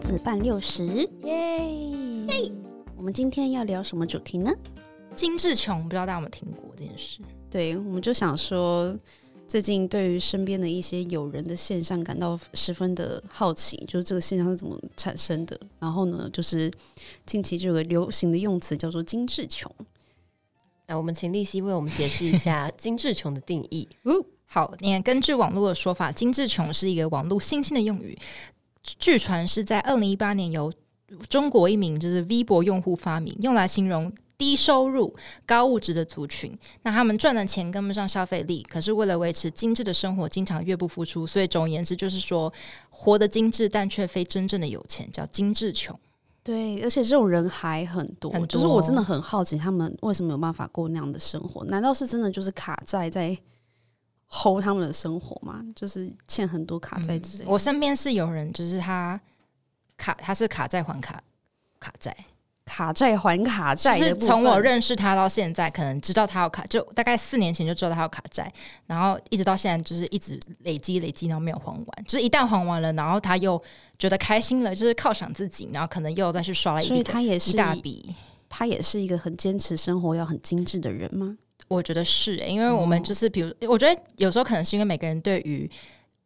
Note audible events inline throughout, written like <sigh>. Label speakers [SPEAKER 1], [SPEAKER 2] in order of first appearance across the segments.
[SPEAKER 1] 子半六十。
[SPEAKER 2] 耶！
[SPEAKER 1] 我们今天要聊什么主题呢？
[SPEAKER 2] 精致穷，不知道大家有没有听过这件事？
[SPEAKER 1] 对，我们就想说，最近对于身边的一些友人的现象感到十分的好奇，就是这个现象是怎么产生的。然后呢，就是近期就有个流行的用词叫做“精致穷
[SPEAKER 3] 那我们请丽西为我们解释
[SPEAKER 2] <laughs>
[SPEAKER 3] 一下精致穷的定义。
[SPEAKER 2] 哦好，你根据网络的说法，精致穷是一个网络新兴的用语，据传是在二零一八年由中国一名就是 V 博用户发明，用来形容。低收入、高物质的族群，那他们赚的钱跟不上消费力，可是为了维持精致的生活，经常越不付出。所以总而言之，就是说，活得精致，但却非真正的有钱，叫精致穷。”。
[SPEAKER 1] 对，而且这种人还很多，
[SPEAKER 2] 很多
[SPEAKER 1] 就是我真的很好奇，他们为什么有办法过那样的生活？难道是真的就是卡债在 hold 他们的生活吗？就是欠很多卡债之类的、
[SPEAKER 2] 我身边是有人，就是他卡，他是卡债还卡卡债，
[SPEAKER 1] 卡债还卡
[SPEAKER 2] 就
[SPEAKER 1] 债的
[SPEAKER 2] 是
[SPEAKER 1] 部分，
[SPEAKER 2] 从我认识他到现在，可能知道他有卡，就大概四年前就知道他有卡债，然后一直到现在就是一直累积累积，然后没有还完。就是一旦还完了，然后他又觉得开心了，就是犒赏自己，然后可能又再去刷了一
[SPEAKER 1] 所以
[SPEAKER 2] 笔
[SPEAKER 1] 他也是
[SPEAKER 2] 一大笔。
[SPEAKER 1] 他也是一个很坚持生活要很精致的人吗？
[SPEAKER 2] 我觉得是、欸因
[SPEAKER 1] 嗯
[SPEAKER 2] 为我们就是比如，我觉得有时候可能是因为每个人对于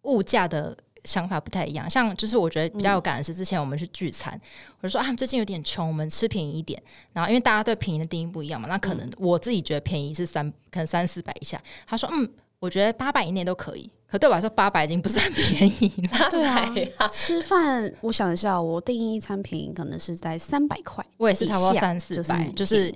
[SPEAKER 2] 物价的想法不太一样。像就是我觉得比较有感的是，之前我们去聚餐，我就说啊，最近有点穷，我们吃便宜一点。然后因为大家对便宜的定义不一样嘛，那可
[SPEAKER 1] 嗯
[SPEAKER 2] 能我自己觉得便宜是三，可能三四百以下。他说嗯，我觉得八百以内都可以。可对我来说，八百已经不算便宜
[SPEAKER 1] <laughs>
[SPEAKER 2] 了。
[SPEAKER 1] 对啊
[SPEAKER 3] 对啊，
[SPEAKER 1] 吃饭，我想一下，我定义一餐便宜可能是在三百块，
[SPEAKER 2] 我也是差不多
[SPEAKER 1] 以下
[SPEAKER 2] 三四百，
[SPEAKER 1] 就
[SPEAKER 2] 就是是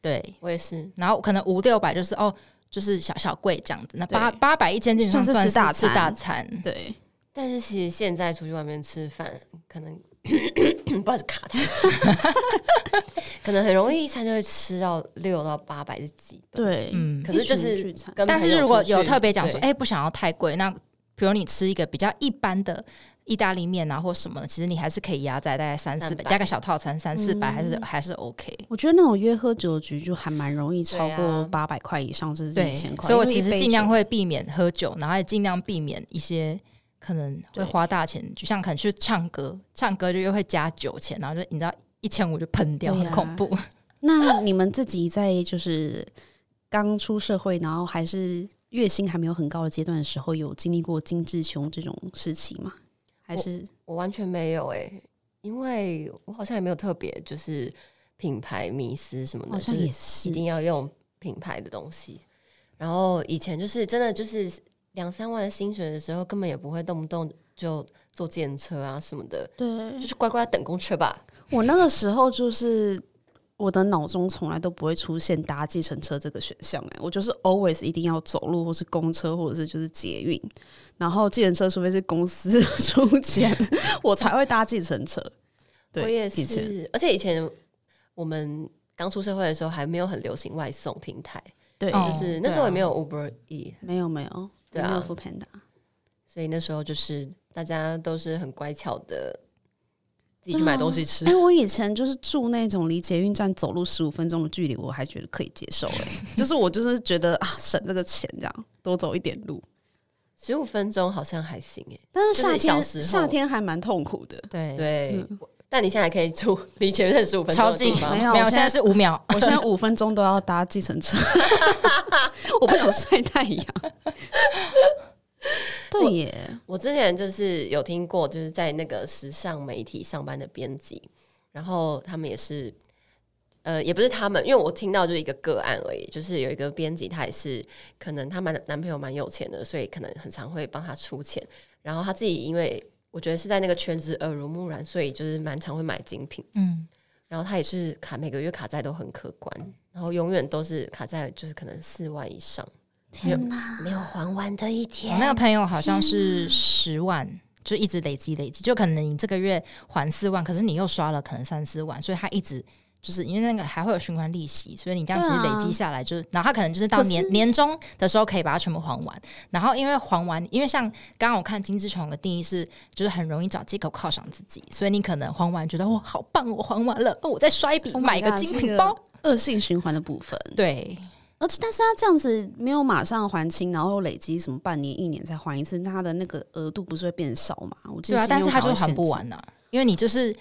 [SPEAKER 2] 对。
[SPEAKER 3] <laughs> 我也是，
[SPEAKER 2] 然后可能五六百就是哦，就是小小贵这样子。那八
[SPEAKER 1] 对
[SPEAKER 2] 八百一千基本上
[SPEAKER 1] 算
[SPEAKER 2] 算
[SPEAKER 1] 是吃大
[SPEAKER 2] 吃大
[SPEAKER 1] 餐
[SPEAKER 2] 餐。
[SPEAKER 1] 对，
[SPEAKER 3] 但是其实现在出去外面吃饭，可能 <coughs> 不好意思卡痰，
[SPEAKER 2] <laughs>
[SPEAKER 3] 可能很容易一餐就会吃到六到八百是基本。
[SPEAKER 1] 对，
[SPEAKER 2] 嗯
[SPEAKER 3] 可是就
[SPEAKER 1] 一群
[SPEAKER 3] 是
[SPEAKER 1] 聚餐
[SPEAKER 3] 跟
[SPEAKER 2] 但
[SPEAKER 3] 朋友
[SPEAKER 2] 是如果
[SPEAKER 3] 出去
[SPEAKER 2] 有特别讲说，
[SPEAKER 3] 对
[SPEAKER 2] 哎、不想要太贵，那比如你吃一个比较一般的意大利面啊，或什么的，其实你还是可以压在大概三四百，
[SPEAKER 3] 300
[SPEAKER 2] 加个小套餐三四
[SPEAKER 1] 嗯
[SPEAKER 2] 百，还是还是 OK。
[SPEAKER 1] 我觉得那种约喝酒局就还蛮容易超
[SPEAKER 3] 对
[SPEAKER 1] 过
[SPEAKER 3] 啊
[SPEAKER 1] 八百块以上，甚至
[SPEAKER 2] 对
[SPEAKER 1] 一千，块。
[SPEAKER 2] 所以我
[SPEAKER 1] 因为
[SPEAKER 2] 其
[SPEAKER 1] 一
[SPEAKER 2] 实
[SPEAKER 1] 杯
[SPEAKER 2] 尽量
[SPEAKER 1] 酒
[SPEAKER 2] 会避免喝酒，然后也尽量避免一些可能会花大钱，就像可能去唱歌，唱歌就又会加酒钱，然后就你知道一千五就喷掉，
[SPEAKER 1] 对
[SPEAKER 2] 很
[SPEAKER 1] 啊
[SPEAKER 2] 恐怖。
[SPEAKER 1] 那你们自己在就是刚出社会，然后还是月薪还没有很高的阶段的时候，有经历过精致穷这种事情吗？还是
[SPEAKER 3] 我完全没有哎、因为我好像也没有特别就是品牌迷思什么的，
[SPEAKER 1] 好像
[SPEAKER 3] 就是
[SPEAKER 1] 也是
[SPEAKER 3] 一定要用品牌的东西。然后以前就是真的就是两三万的薪水的时候，根本也不会动不动就坐电车啊什么的，
[SPEAKER 1] 对
[SPEAKER 3] 就是乖乖等公车吧。
[SPEAKER 1] 我那个时候就是我的脑中从来都不会出现搭计程车这个选项，哎，我就是 always 一定要走路，或是公车，或者是就是捷运，然后计程车除非是公司 <laughs> 出钱，我才会搭计程车。对，
[SPEAKER 3] 我也
[SPEAKER 1] 以前
[SPEAKER 3] 是，而且以前我们刚出社会的时候还没有很流行外送平台，
[SPEAKER 1] 对，啊
[SPEAKER 2] 哦
[SPEAKER 3] 就是那时候也没有 Uber E，
[SPEAKER 1] 没有没有，
[SPEAKER 3] 对啊
[SPEAKER 1] 没有富
[SPEAKER 3] <laughs>
[SPEAKER 1] panda，
[SPEAKER 3] 所以那时候就是大家都是很乖巧的，自己去买东西吃
[SPEAKER 1] 哎、。我以前就是住那种离捷运站走路十五分钟的距离，我还觉得可以接受、哎，就是我就是觉得啊，省这个钱这样多走一点路。
[SPEAKER 3] 十五分钟好像还行欸诶、
[SPEAKER 1] 但是夏
[SPEAKER 3] 就是
[SPEAKER 1] 天、
[SPEAKER 3] 小时候
[SPEAKER 1] 夏天还蛮痛苦的，
[SPEAKER 2] 对，
[SPEAKER 3] 对，但你现在还可以住离前面十五分钟
[SPEAKER 2] 超
[SPEAKER 3] 的
[SPEAKER 2] 近
[SPEAKER 3] 地，方
[SPEAKER 1] 嗯没，有
[SPEAKER 2] 没有，
[SPEAKER 1] 我现
[SPEAKER 2] 现
[SPEAKER 1] 在
[SPEAKER 2] 在是五秒。
[SPEAKER 1] 我现在五分钟都要搭计程车， <laughs> 我不想晒太阳。对耶，
[SPEAKER 3] 我之前就是有听过，就是在那个时尚媒体上班的编辑，然后他们也是，呃，也不是他们，因为我听到就是一个个案而已，就是有一个编辑，她也是可能她蛮男朋友蛮有钱的，所以可能很常会帮她出钱，然后她自己因为我觉得是在那个圈子耳濡目染，所以就是蛮常会买精品，
[SPEAKER 2] 嗯，
[SPEAKER 3] 然后她也是卡每个月卡债都很可观，然后永远都是卡债就是可能四万以上，
[SPEAKER 1] 天哪！
[SPEAKER 3] 没有还完的一
[SPEAKER 2] 我
[SPEAKER 3] 天。
[SPEAKER 2] 那个朋友好像是十万，就一直累积累积，就可能你这个月还四万，可是你又刷了可能三四万，所以他一直就是因为那个还会有循环利息，所以你这样其实
[SPEAKER 1] 对啊
[SPEAKER 2] 累积下来就是，然后他可能就是到
[SPEAKER 1] 可是
[SPEAKER 2] 年年终的时候可以把它全部还完，然后因为还完，因为像刚刚我看金志琼的定义是，就是很容易找借口犒赏自己，所以你可能还完觉得哇好棒，我还完了，哦我再刷一笔
[SPEAKER 1] Oh my
[SPEAKER 2] 买个
[SPEAKER 1] God，
[SPEAKER 2] 精
[SPEAKER 1] 是一
[SPEAKER 2] 品
[SPEAKER 1] 个
[SPEAKER 2] 包，
[SPEAKER 1] 恶性循环的部分，
[SPEAKER 2] 对，
[SPEAKER 1] 而且但是他这样子没有马上还清，然后累积什么半年、一年才还一次，那他的那个额度不是会变少吗？我记
[SPEAKER 2] 对
[SPEAKER 1] 得
[SPEAKER 2] 啊，但是
[SPEAKER 1] 信用卡
[SPEAKER 2] 他就是
[SPEAKER 1] 会限
[SPEAKER 2] 还不
[SPEAKER 1] 制
[SPEAKER 2] 完呢、因为你就是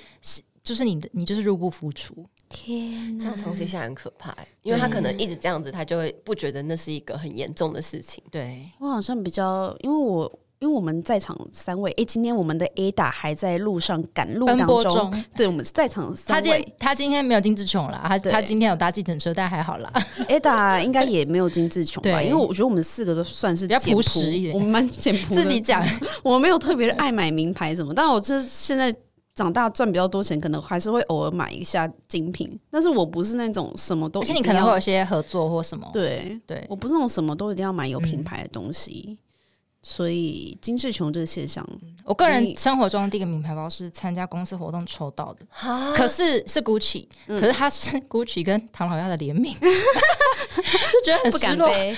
[SPEAKER 2] 就是你的你就是入不敷出，
[SPEAKER 1] 天
[SPEAKER 3] 这样长期下来很可怕、欸，因为他可能一直这样子，他就会不觉得那是一个很严重的事情。
[SPEAKER 2] 对，
[SPEAKER 1] 我好像比较，因为我因为我们在场三位，诶，今天我们的 Ada 还在路上赶路
[SPEAKER 2] 奔
[SPEAKER 1] 当
[SPEAKER 2] 波
[SPEAKER 1] 中，
[SPEAKER 2] 中
[SPEAKER 1] 对，我们在场
[SPEAKER 2] 他
[SPEAKER 1] 三
[SPEAKER 2] 今
[SPEAKER 1] 位
[SPEAKER 2] 天他今天没有金志琼啦，他
[SPEAKER 1] 对
[SPEAKER 2] 他今天有搭计程车，但还好啦。
[SPEAKER 1] ，Ada 应该也没有金志琼吧？
[SPEAKER 2] 对
[SPEAKER 1] 因为我觉得我们四个都算是
[SPEAKER 2] 比较
[SPEAKER 1] 简
[SPEAKER 2] 朴实一点
[SPEAKER 1] 我们蛮简
[SPEAKER 2] <laughs>
[SPEAKER 1] 朴的，
[SPEAKER 2] 自己讲，
[SPEAKER 1] 我没有特别爱买名牌什么，但我就是现在长大赚比较多钱，可能还是会偶尔买一下精品，但是我不是那种什么都
[SPEAKER 2] 而
[SPEAKER 1] 一
[SPEAKER 2] 且
[SPEAKER 1] 定
[SPEAKER 2] 你
[SPEAKER 1] 要，
[SPEAKER 2] 可能会有一些合作或什么，
[SPEAKER 1] 对
[SPEAKER 2] 对
[SPEAKER 1] 我不是那种什么都一定要买有品牌的东西，
[SPEAKER 2] 嗯
[SPEAKER 1] 所以金志琼这个现象，
[SPEAKER 2] 我个
[SPEAKER 1] 你
[SPEAKER 2] 人生活中第一个名牌包是参加公司活动抽到的，
[SPEAKER 3] 啊
[SPEAKER 2] 可是是 Gucci，、
[SPEAKER 1] 嗯
[SPEAKER 2] 可是它是 Gucci 跟唐老鸭的
[SPEAKER 1] <laughs>
[SPEAKER 2] 联名，就觉得很
[SPEAKER 1] 不
[SPEAKER 2] 失
[SPEAKER 1] 敢
[SPEAKER 2] 落。
[SPEAKER 1] 背。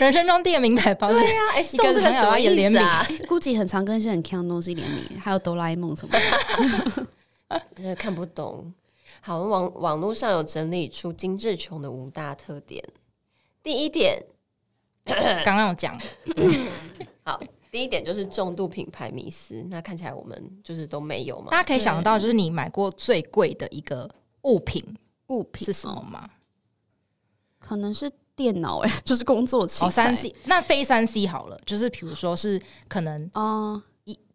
[SPEAKER 2] 人生中第一个名牌包是
[SPEAKER 3] 对啊，哎、
[SPEAKER 2] 一
[SPEAKER 3] 送
[SPEAKER 2] 个
[SPEAKER 3] 这个
[SPEAKER 2] 唐
[SPEAKER 3] 什
[SPEAKER 2] 老鸭
[SPEAKER 3] 么
[SPEAKER 2] 也
[SPEAKER 3] 意
[SPEAKER 2] 联
[SPEAKER 3] 思
[SPEAKER 2] 名，
[SPEAKER 3] <laughs> 啊？
[SPEAKER 1] Gucci 很常跟一些很 c 的东西联名，还有哆啦 A 梦什么的。
[SPEAKER 3] 真的看不懂。好，网网络上有整理出金志琼的五大特点。第一点，
[SPEAKER 2] 刚刚有讲，
[SPEAKER 3] 好，第一点就是重度品牌迷思。那看起来我们就是都没有嘛
[SPEAKER 2] 大。家可以想得到，就是你买过最贵的一个物品
[SPEAKER 1] 物品
[SPEAKER 2] <laughs>
[SPEAKER 1] 哦
[SPEAKER 2] 是什么吗？
[SPEAKER 1] 可能是电脑哎、就是工作器材
[SPEAKER 2] 哦，三 C，那非三 C 好了，就是比如说是可能
[SPEAKER 1] 哦，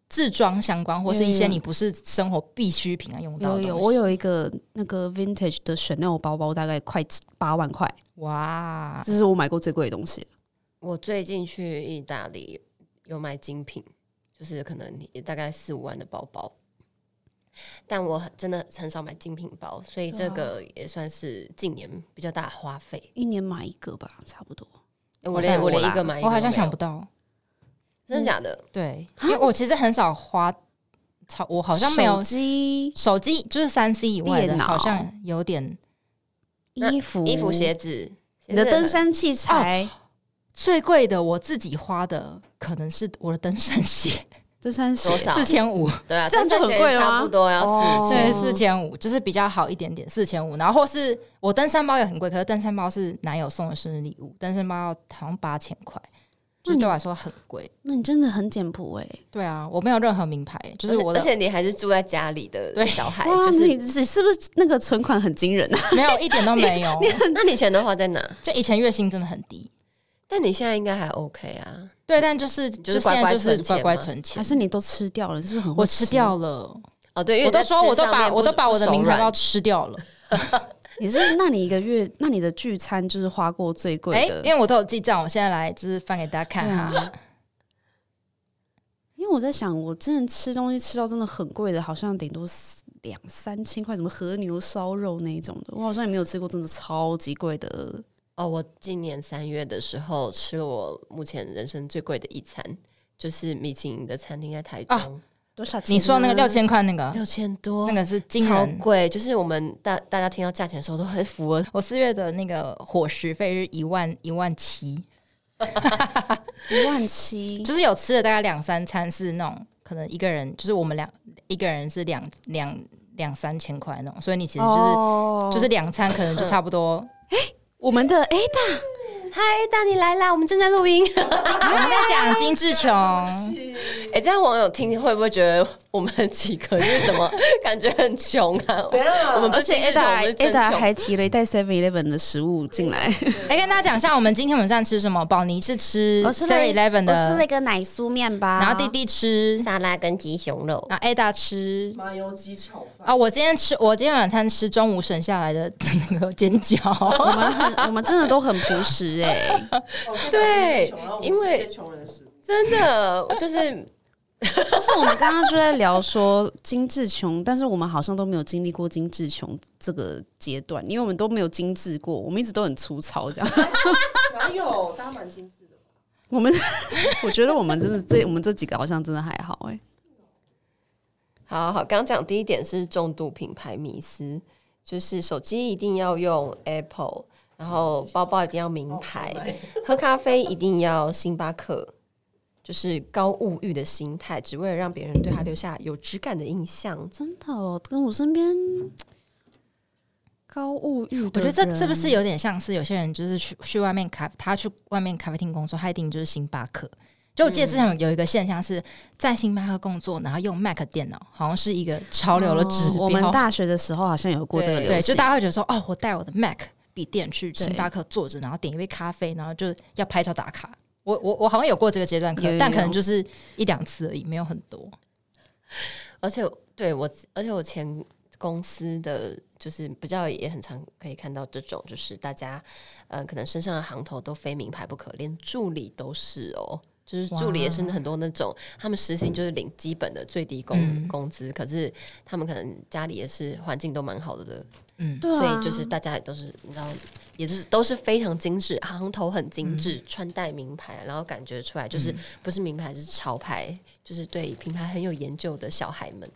[SPEAKER 2] 自装相关，或是一
[SPEAKER 1] 有
[SPEAKER 2] 些
[SPEAKER 1] 有
[SPEAKER 2] 你不是生活必需品啊用到
[SPEAKER 1] 有
[SPEAKER 2] 的东西
[SPEAKER 1] 有，我有一个那个 vintage 的 Chanel 包包，大概快八万块，
[SPEAKER 2] 哇，
[SPEAKER 1] 这是我买过最贵的东西。
[SPEAKER 3] 我最近去意大利有买精品，就是可能也大概四五万的包包，但我很真的很少买精品包，所以这
[SPEAKER 2] 哦
[SPEAKER 3] 个也算是近年比较大的花费。
[SPEAKER 1] 一年买一个吧，差不多。
[SPEAKER 3] 哎
[SPEAKER 2] 哦
[SPEAKER 3] 我连
[SPEAKER 1] 我
[SPEAKER 3] 我连
[SPEAKER 1] 啦
[SPEAKER 3] 一个买一个
[SPEAKER 2] 我好像
[SPEAKER 3] 都没
[SPEAKER 2] 想
[SPEAKER 3] 有
[SPEAKER 2] 不嗯到，
[SPEAKER 3] 真的假的？
[SPEAKER 2] 对，因为我其实很少花，超我好像没有
[SPEAKER 1] 啊手机、
[SPEAKER 2] 手机，就是三 C 以外的
[SPEAKER 1] 电，脑
[SPEAKER 2] 好像有点
[SPEAKER 3] 那
[SPEAKER 1] 衣服、
[SPEAKER 3] 衣
[SPEAKER 2] 嗯
[SPEAKER 3] 服、鞋子，
[SPEAKER 1] 你的哦
[SPEAKER 3] 鞋子很
[SPEAKER 1] 登山器材、
[SPEAKER 2] 最贵的，我自己花的可能是我的登山鞋，
[SPEAKER 1] 登山鞋
[SPEAKER 3] 多少
[SPEAKER 2] 四千五，
[SPEAKER 3] 对啊，
[SPEAKER 1] 这样就
[SPEAKER 3] 登山
[SPEAKER 1] 很
[SPEAKER 3] 鞋
[SPEAKER 1] 贵了
[SPEAKER 3] 差
[SPEAKER 1] 吗
[SPEAKER 3] 不多要
[SPEAKER 1] 哦
[SPEAKER 3] 四
[SPEAKER 2] 对，
[SPEAKER 3] 千。
[SPEAKER 2] 四千五就是比较好一点点，四千五。然后或是我登山包也很贵，可是登山包是男友送的生日礼物，登山包要好像八千块，就对我来说很贵。
[SPEAKER 1] 那你真的很简朴哎、
[SPEAKER 2] 对啊，我没有任何名牌，就是我
[SPEAKER 3] 而
[SPEAKER 2] 的
[SPEAKER 3] 且你还是住在家里的
[SPEAKER 2] 对
[SPEAKER 3] 小孩，
[SPEAKER 1] 哇，
[SPEAKER 3] 就是
[SPEAKER 1] 你你哎是不是那个存款很惊人啊？
[SPEAKER 2] <laughs> 没有一点都没有。
[SPEAKER 3] 那你钱都花在哪？
[SPEAKER 2] 就以前月薪真的很低，
[SPEAKER 3] 但你现在应该还 OK 啊，
[SPEAKER 2] 对，但就是
[SPEAKER 3] 就是
[SPEAKER 2] 现在
[SPEAKER 3] 乖乖
[SPEAKER 2] 就是
[SPEAKER 3] 存钱
[SPEAKER 2] 乖乖
[SPEAKER 3] 吗
[SPEAKER 2] 存
[SPEAKER 1] <laughs>
[SPEAKER 2] 钱
[SPEAKER 1] 还，是你都吃掉了？你是不是很会
[SPEAKER 2] 我
[SPEAKER 1] 吃
[SPEAKER 2] 吃？掉了，
[SPEAKER 3] 哦，对，因为
[SPEAKER 2] 我
[SPEAKER 3] 你在
[SPEAKER 2] 都说我
[SPEAKER 3] 吃
[SPEAKER 2] 都
[SPEAKER 3] 上
[SPEAKER 2] 把
[SPEAKER 3] 面
[SPEAKER 2] 我都
[SPEAKER 3] 不
[SPEAKER 2] 把我
[SPEAKER 3] 手
[SPEAKER 2] 的名牌
[SPEAKER 3] 软
[SPEAKER 2] 包吃掉了，
[SPEAKER 1] 也是，那你一个月，那你的聚餐就是花过最
[SPEAKER 2] 哎、
[SPEAKER 1] 贵的，
[SPEAKER 2] 因为我都有记账，我现在来就是翻给大家看
[SPEAKER 1] 对啊
[SPEAKER 2] 哈。
[SPEAKER 1] 因为我在想，我之前吃东西吃到真的很贵的，好像顶多四两三千块，什么和牛烧肉那一种的，我好像也没有吃过真的超级贵的。
[SPEAKER 3] 哦，我今年三月的时候吃了我目前人生最贵的一餐，就是米其林的餐厅在台
[SPEAKER 2] 啊
[SPEAKER 3] 中，
[SPEAKER 1] 多少钱？
[SPEAKER 2] 你说那个六，千块那个，
[SPEAKER 1] 嗯
[SPEAKER 3] 六千多，
[SPEAKER 2] 那个是惊
[SPEAKER 3] 超
[SPEAKER 2] 人。
[SPEAKER 3] 贵。就是我们大大家听到价钱的时候都很啊符合，
[SPEAKER 2] 我四月的那个伙食费是一万一万七，
[SPEAKER 1] 一万七，
[SPEAKER 2] 就是有吃了大概两三餐是那种可能一个人就是我们两一个人是两两两三千块那种，所以你其实就是、
[SPEAKER 1] 哦
[SPEAKER 2] 就是两餐可能就差不多。
[SPEAKER 1] 我们的哎，
[SPEAKER 3] 嗨，大你来啦，我们正在录音。
[SPEAKER 2] 我们在讲金志琼，
[SPEAKER 3] 哎、这样网友听会不会觉得我们几个就是怎么感觉很穷啊？我们不
[SPEAKER 1] 而
[SPEAKER 3] 是
[SPEAKER 1] 且
[SPEAKER 3] 金志
[SPEAKER 1] Ada
[SPEAKER 3] 雄我们
[SPEAKER 1] 还
[SPEAKER 3] 是真
[SPEAKER 1] Ada
[SPEAKER 3] 穷
[SPEAKER 1] 还提了一袋 Seven Eleven 的食物进来，
[SPEAKER 2] 来哎跟大家讲一下我们今天晚上吃什么。宝妮是吃
[SPEAKER 1] 我吃了
[SPEAKER 2] Seven Eleven
[SPEAKER 1] 我吃了
[SPEAKER 2] 的
[SPEAKER 1] 一，啊个奶酥面包，
[SPEAKER 2] 然后弟弟吃，
[SPEAKER 3] 沙拉跟鸡胸肉。
[SPEAKER 2] 然后 Ada 吃，
[SPEAKER 4] 麻油鸡炒饭
[SPEAKER 2] 啊、我今天吃，我今天晚餐吃中午省下来的 <laughs> 那个煎
[SPEAKER 1] 我
[SPEAKER 2] 饺，
[SPEAKER 1] 们很我们真的都很朴 <laughs> 实哎、
[SPEAKER 4] 哦
[SPEAKER 3] 对因
[SPEAKER 4] 因
[SPEAKER 3] 为
[SPEAKER 4] 为穷人食物
[SPEAKER 3] 真的，我就是
[SPEAKER 1] 就是我们刚刚就在聊说精致穷，但是我们好像都没有经历过精致穷这个阶段，因为我们都没有精致过，我们一直都很粗糙 <laughs> 这样。
[SPEAKER 4] 哪有？大家蛮精致的。
[SPEAKER 1] 我们我觉得我们真的这我们这几个好像真的还好哎、
[SPEAKER 3] 好好，刚讲第一点是重度品牌迷思，就是手机一定要用 Apple，然后包包一定要名牌，喝咖啡一定要星巴克，就是高物欲的心态，只为了让别人对他留下有质感的印象。
[SPEAKER 1] 真的哦，跟我身边高物欲，
[SPEAKER 2] 我觉得这是不是有点像是有些人就是去去外面咖，他去外面咖啡厅工作，他一定就是星巴克，就我记得之前有有一个现象是在星巴克工作，然后用 Mac 电脑，好像是一个潮流的指
[SPEAKER 1] 哦我们
[SPEAKER 2] 标。
[SPEAKER 1] 大学的时候好像有过这个流
[SPEAKER 2] 对，
[SPEAKER 1] 行，
[SPEAKER 2] 就大家会觉得说，哦，我带我的 Mac 笔电去
[SPEAKER 1] 对
[SPEAKER 2] 星巴克坐着，然后点一杯咖啡，然后就要拍照打卡。我我我好像有过这个阶段，可
[SPEAKER 1] 有有
[SPEAKER 2] 但可能
[SPEAKER 1] 有
[SPEAKER 2] 就是一两次而已，没有很多。
[SPEAKER 3] 而且对我，而且我前公司的就是比较也很常可以看到这种，就是大家呃可能身上的行头都非名牌不可，连助理都是哦。就是助理也是
[SPEAKER 2] 哇
[SPEAKER 3] 很多那种，他们实行就是领基本的最低工、
[SPEAKER 2] 嗯
[SPEAKER 3] 工资，可是他们可能家里也是环境都蛮好的，
[SPEAKER 2] 嗯，
[SPEAKER 1] 对啊
[SPEAKER 3] 所以就是大家也都是你知道，也就是都是非常精致，行头很精致，穿戴名牌，然后感觉出来就是不是名牌是潮牌，就是对品牌很有研究的小孩们。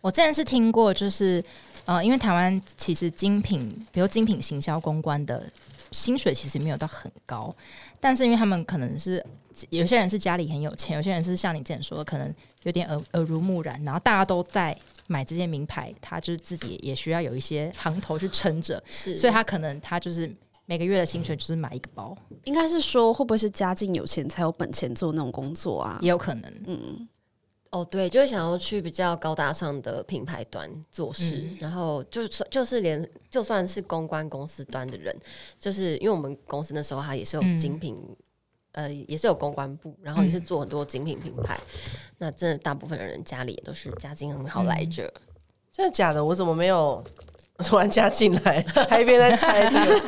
[SPEAKER 2] 我之前是听过，就是呃，因为台湾其实精品，比如精品行销公关的薪水其实没有到很高，但是因为他们可能是有些人是家里很有钱，有些人是像你之前说的，可能有点耳耳濡目染，然后大家都在买这些名牌，他就是自己也需要有一些行头去撑着，
[SPEAKER 3] 是
[SPEAKER 2] 所以他可能他就是每个月的薪水就是买一个包，
[SPEAKER 1] 应该是说会不会是家境有钱才有本钱做那种工作
[SPEAKER 2] <laughs>
[SPEAKER 1] 啊？
[SPEAKER 2] 也有可能。
[SPEAKER 1] 嗯，
[SPEAKER 3] 哦，对，就会想要去比较高大上的品牌端做事，
[SPEAKER 2] 嗯
[SPEAKER 3] 然后就是就是连就算是公关公司端的人，就是因为我们公司那时候它也是有
[SPEAKER 2] 嗯
[SPEAKER 3] 精品，呃，也是有公关部，然后
[SPEAKER 1] 嗯
[SPEAKER 3] 也是做很多精品品牌。那真的大部分人家里也都是家境很好
[SPEAKER 1] 嗯
[SPEAKER 3] 来着，
[SPEAKER 4] 真的假的？我怎么没有突然加进来？还一边
[SPEAKER 3] <laughs>
[SPEAKER 4] 在猜这个？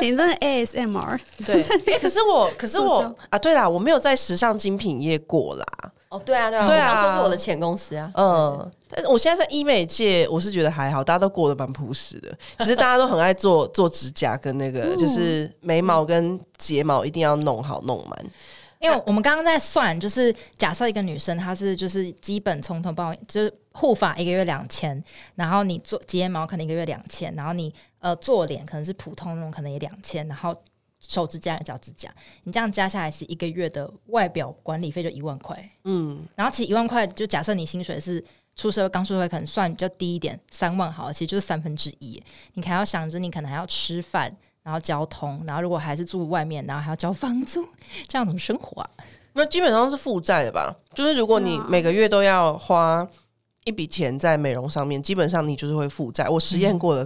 [SPEAKER 1] 你这个 ASMR
[SPEAKER 4] 对，诶可是我，可是
[SPEAKER 1] 塑
[SPEAKER 4] 我
[SPEAKER 1] 胶
[SPEAKER 4] 啊，对啦，我没有在时尚精品业过啦。
[SPEAKER 3] 哦，对啊，对啊，
[SPEAKER 4] 对
[SPEAKER 3] 我刚说
[SPEAKER 4] 啊
[SPEAKER 3] 是我的前公司啊，
[SPEAKER 4] 嗯，但是我现在在医美界，我是觉得还好，大家都过得蛮朴实的，只是大家都很爱做做指甲跟那个，就是眉毛跟睫毛一定要弄好弄满。
[SPEAKER 2] 因为我们刚刚在算，就是假设一个女生她是就是基本从头到尾就是护发一个月两千，然后你做睫毛可能一个月两千，然后你呃做脸可能是普通那种可能也两千，然后手指甲、脚指甲，你这样加下来是一个月的外表管理费就一万块，
[SPEAKER 4] 嗯，
[SPEAKER 2] 然后其实一万块就假设你薪水是。出社会刚出社会可能算比较低一点，三万好了，其实就是三分之一。你还要想着你可能还要吃饭，然后交通，然后如果还是住外面，然后还要交房租，这样怎么生活啊？
[SPEAKER 4] 那基本上是负债的吧？就是如果你
[SPEAKER 1] 对啊
[SPEAKER 4] 每个月都要花。一笔钱在美容上面，基本上你就是会负债。我实验
[SPEAKER 1] <laughs>
[SPEAKER 4] 过了，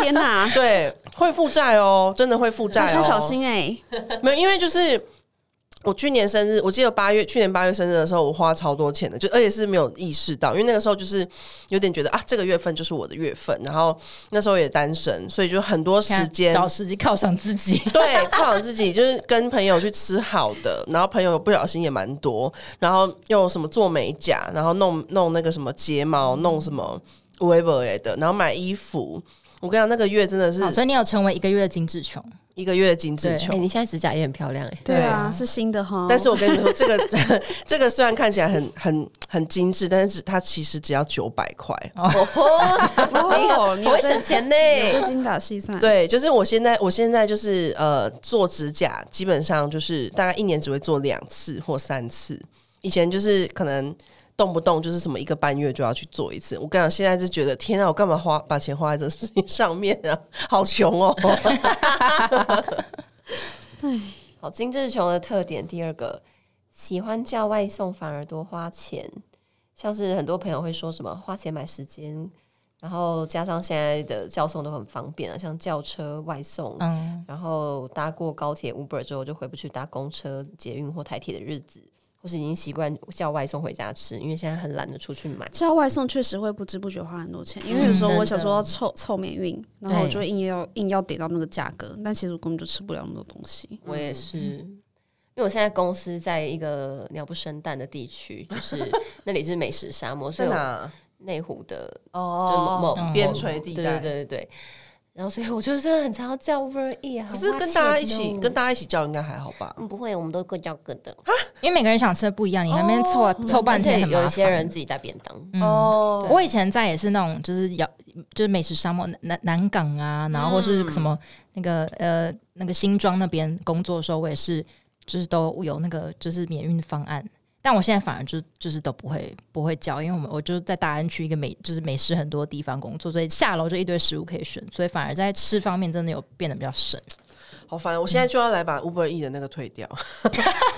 [SPEAKER 1] 天
[SPEAKER 2] <laughs>
[SPEAKER 1] 哪，
[SPEAKER 4] 对，会负债哦，真的会负债
[SPEAKER 1] 大
[SPEAKER 4] 哦。
[SPEAKER 1] 家小心哎、
[SPEAKER 4] 没有，因为就是我去年生日，我记得八月，去年八月生日的时候，我花超多钱的，就而且是没有意识到，因为那个时候就是有点觉得啊，这个月份就是我的月份，然后那时候也单身，所以就很多时间
[SPEAKER 2] 找时机犒赏自
[SPEAKER 3] <laughs>
[SPEAKER 2] 己。 <laughs>
[SPEAKER 4] 对，犒赏自己就是跟朋友去吃好的，然后朋友不小心也蛮多，然后又什么做美甲，然后弄弄那个什么睫毛，弄什么 w e b e 的，然后买衣服。我跟你讲，那个月真的是
[SPEAKER 2] 好，所以你有成为一个月的精致穷，
[SPEAKER 4] 一个月的精致
[SPEAKER 2] 对哦
[SPEAKER 4] 穷
[SPEAKER 3] 哎、。你现在指甲也很漂亮哎、
[SPEAKER 1] 对啊，是新的哈，
[SPEAKER 4] 但是我跟你说，这个这个虽然看起来很很很精致，但是它其实只要九百块。
[SPEAKER 3] <laughs>
[SPEAKER 1] 哦，你
[SPEAKER 3] 你
[SPEAKER 1] 有
[SPEAKER 3] 会
[SPEAKER 1] 在
[SPEAKER 3] 省钱呢、
[SPEAKER 1] 你有在精打细算，
[SPEAKER 4] 对，就是我现在我现在就是呃做指甲，基本上就是大概一年只会做两次或三次。以前就是可能动不动就是什么一个半月就要去做一次。我跟你讲，现在就觉得天啊，我干嘛花把钱花在这个事情上面啊？好穷哦！
[SPEAKER 1] 对，
[SPEAKER 3] 好，精致穷的特点第二个，喜欢叫外送反而多花钱，像是很多朋友会说什么花钱买时间，然后加上现在的叫送都很方便啊，像轿车、外送，
[SPEAKER 2] 嗯，
[SPEAKER 3] 然后搭过高铁、Uber 之后就回不去搭公车、捷运或台铁的日子，或是已经习惯叫外送回家吃，因为现在很懒得出去买。
[SPEAKER 1] 叫外送确实会不知不觉花很多钱，因
[SPEAKER 2] 嗯
[SPEAKER 1] 为有时候我想说要凑凑免运，然后我就硬要硬要点到那个价格，但其实我根本就吃不了那么多东
[SPEAKER 2] <laughs>
[SPEAKER 1] 西。
[SPEAKER 3] 我也是，嗯因为我现在公司在一个鸟不生蛋的地区，就是那里是美食沙 <laughs> 漠，所以
[SPEAKER 4] 在
[SPEAKER 3] 我
[SPEAKER 4] 哪？
[SPEAKER 3] 内湖的就某
[SPEAKER 4] 哦，
[SPEAKER 2] 嗯
[SPEAKER 3] 某
[SPEAKER 4] 边陲地
[SPEAKER 3] 对对
[SPEAKER 4] 带。
[SPEAKER 3] 对对对。然后，所以我就真的很常要叫 Uber E 啊。
[SPEAKER 4] 可是
[SPEAKER 3] 很花
[SPEAKER 4] 跟大家一
[SPEAKER 3] 钱
[SPEAKER 4] 起
[SPEAKER 3] 哦
[SPEAKER 4] 跟大家一起叫应该还好吧？
[SPEAKER 3] 嗯不会，我们都各叫各的。
[SPEAKER 2] 因为每个人想吃的不一样，你还没凑来啊凑
[SPEAKER 3] 而
[SPEAKER 2] 半
[SPEAKER 3] 且
[SPEAKER 2] 天很麻烦嗯
[SPEAKER 3] 有一些人自己带便当，
[SPEAKER 4] 哦，
[SPEAKER 2] 我以前在也是那种，就是要就是美食沙漠南南港啊，然后或是什么那个、呃那个新庄那边工作的时候，我也是就是都有那个就是免运方案，但我现在反而就就是都不会不会叫，因为我们我就在大安区一个美就是美食很多地方工作，所以下楼就一堆食物可以选，所以反而在吃方面真的有变得比较省。
[SPEAKER 4] 好烦！我现在就要来把 Uber E 的那个退掉，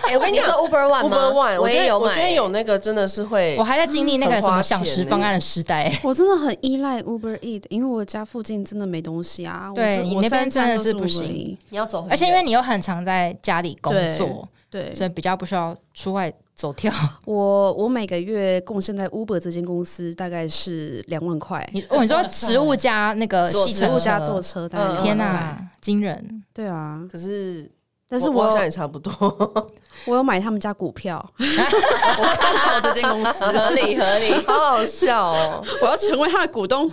[SPEAKER 3] 哎、我跟你
[SPEAKER 4] 你
[SPEAKER 3] 说
[SPEAKER 4] 说
[SPEAKER 3] ，Uber One 吗
[SPEAKER 4] Uber One，我觉
[SPEAKER 3] 也
[SPEAKER 4] 得
[SPEAKER 3] 有
[SPEAKER 4] 我觉得
[SPEAKER 3] 买，
[SPEAKER 4] 有那个真的是会
[SPEAKER 2] 我，还在经历那个什么
[SPEAKER 4] 很花
[SPEAKER 2] 想
[SPEAKER 4] 钱
[SPEAKER 2] 食方案的时代。欸
[SPEAKER 1] 我真的很依赖 Uber Eat，因为我家附近真的没东西啊。我
[SPEAKER 2] 对
[SPEAKER 1] 这
[SPEAKER 2] 你
[SPEAKER 1] 我
[SPEAKER 2] 那边
[SPEAKER 1] 三餐
[SPEAKER 2] 真的
[SPEAKER 1] 都
[SPEAKER 2] 是
[SPEAKER 1] 是
[SPEAKER 2] 不
[SPEAKER 1] Uber
[SPEAKER 2] 行
[SPEAKER 1] Eat，
[SPEAKER 3] 你要走很远，
[SPEAKER 2] 而且因为你又很常在家里工作，
[SPEAKER 1] 对，
[SPEAKER 2] 所以比较不需要出外走跳。
[SPEAKER 1] 我我每个月贡献在 Uber 这间公司大概是两万块，
[SPEAKER 2] 你哦，你说食物加那个
[SPEAKER 3] 坐
[SPEAKER 2] 系
[SPEAKER 3] 食
[SPEAKER 1] 食
[SPEAKER 2] 统
[SPEAKER 1] 物
[SPEAKER 3] 物
[SPEAKER 1] 加坐车，大概
[SPEAKER 4] 嗯
[SPEAKER 1] 两
[SPEAKER 2] 天
[SPEAKER 1] 万
[SPEAKER 2] 哪、
[SPEAKER 1] 块，
[SPEAKER 2] 惊人！
[SPEAKER 1] 对啊。
[SPEAKER 4] 可是
[SPEAKER 1] 但是我
[SPEAKER 4] 我好像
[SPEAKER 1] 我
[SPEAKER 4] 也差不多，
[SPEAKER 1] 有买他们家股票，
[SPEAKER 3] 我看到这间公司 <laughs> 合理合理，
[SPEAKER 4] 好好笑 <laughs> 哦。
[SPEAKER 1] <laughs> 我要成为他的股东。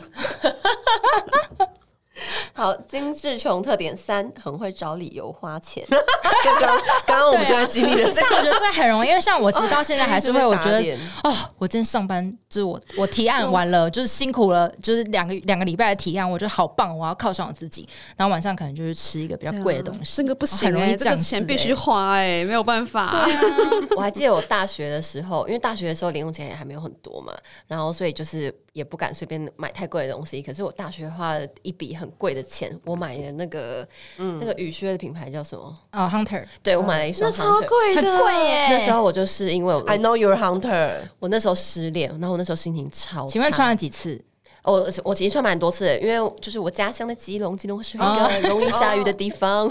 [SPEAKER 3] 好，精致穷特点三，很会找理由花钱。
[SPEAKER 4] 刚刚刚刚我们就在经历了这
[SPEAKER 2] 但
[SPEAKER 4] 个，
[SPEAKER 2] 我觉得这很容易，因为像我其实到现啊在还是会，我觉
[SPEAKER 4] <laughs> 打
[SPEAKER 2] 得
[SPEAKER 4] 脸
[SPEAKER 2] 哦，我今天上班就是我我提案完了，就是辛苦了，就是两个两个礼拜的提案，我觉得好棒，我要犒赏我自己。然后晚上可能就是吃一个比较
[SPEAKER 1] 啊
[SPEAKER 2] 贵的东西，
[SPEAKER 1] 这个不行
[SPEAKER 2] 很容易
[SPEAKER 1] 哎、
[SPEAKER 2] 这
[SPEAKER 1] 这
[SPEAKER 2] 样
[SPEAKER 1] 个
[SPEAKER 2] 子
[SPEAKER 1] 钱必
[SPEAKER 2] 欸
[SPEAKER 1] 须花哎、啊没有办法、
[SPEAKER 2] <laughs>
[SPEAKER 3] <laughs> 我还记得我大学的时候，因为大学的时候零用钱也还没有很多嘛，然后所以就是也不敢随便买太贵的东西。可是我大学花了一笔很贵的钱，我买的那个、
[SPEAKER 2] 嗯
[SPEAKER 3] 那个雨靴的品牌叫什么？
[SPEAKER 2] 哦，Hunter
[SPEAKER 3] 对我买了一双 Hunter。
[SPEAKER 1] 贵
[SPEAKER 2] 很嗯贵哎耶、
[SPEAKER 3] 那时候我就是因为我
[SPEAKER 4] I know you're a hunter，
[SPEAKER 3] 我那时候失恋，然后我那时候心情超差。
[SPEAKER 2] 请问穿了几次？
[SPEAKER 3] 我、我其实穿蛮多次的，因为就是我家乡的基隆，基隆是一
[SPEAKER 2] 哦
[SPEAKER 3] 个容易下雨的
[SPEAKER 2] <laughs>
[SPEAKER 3] 地方。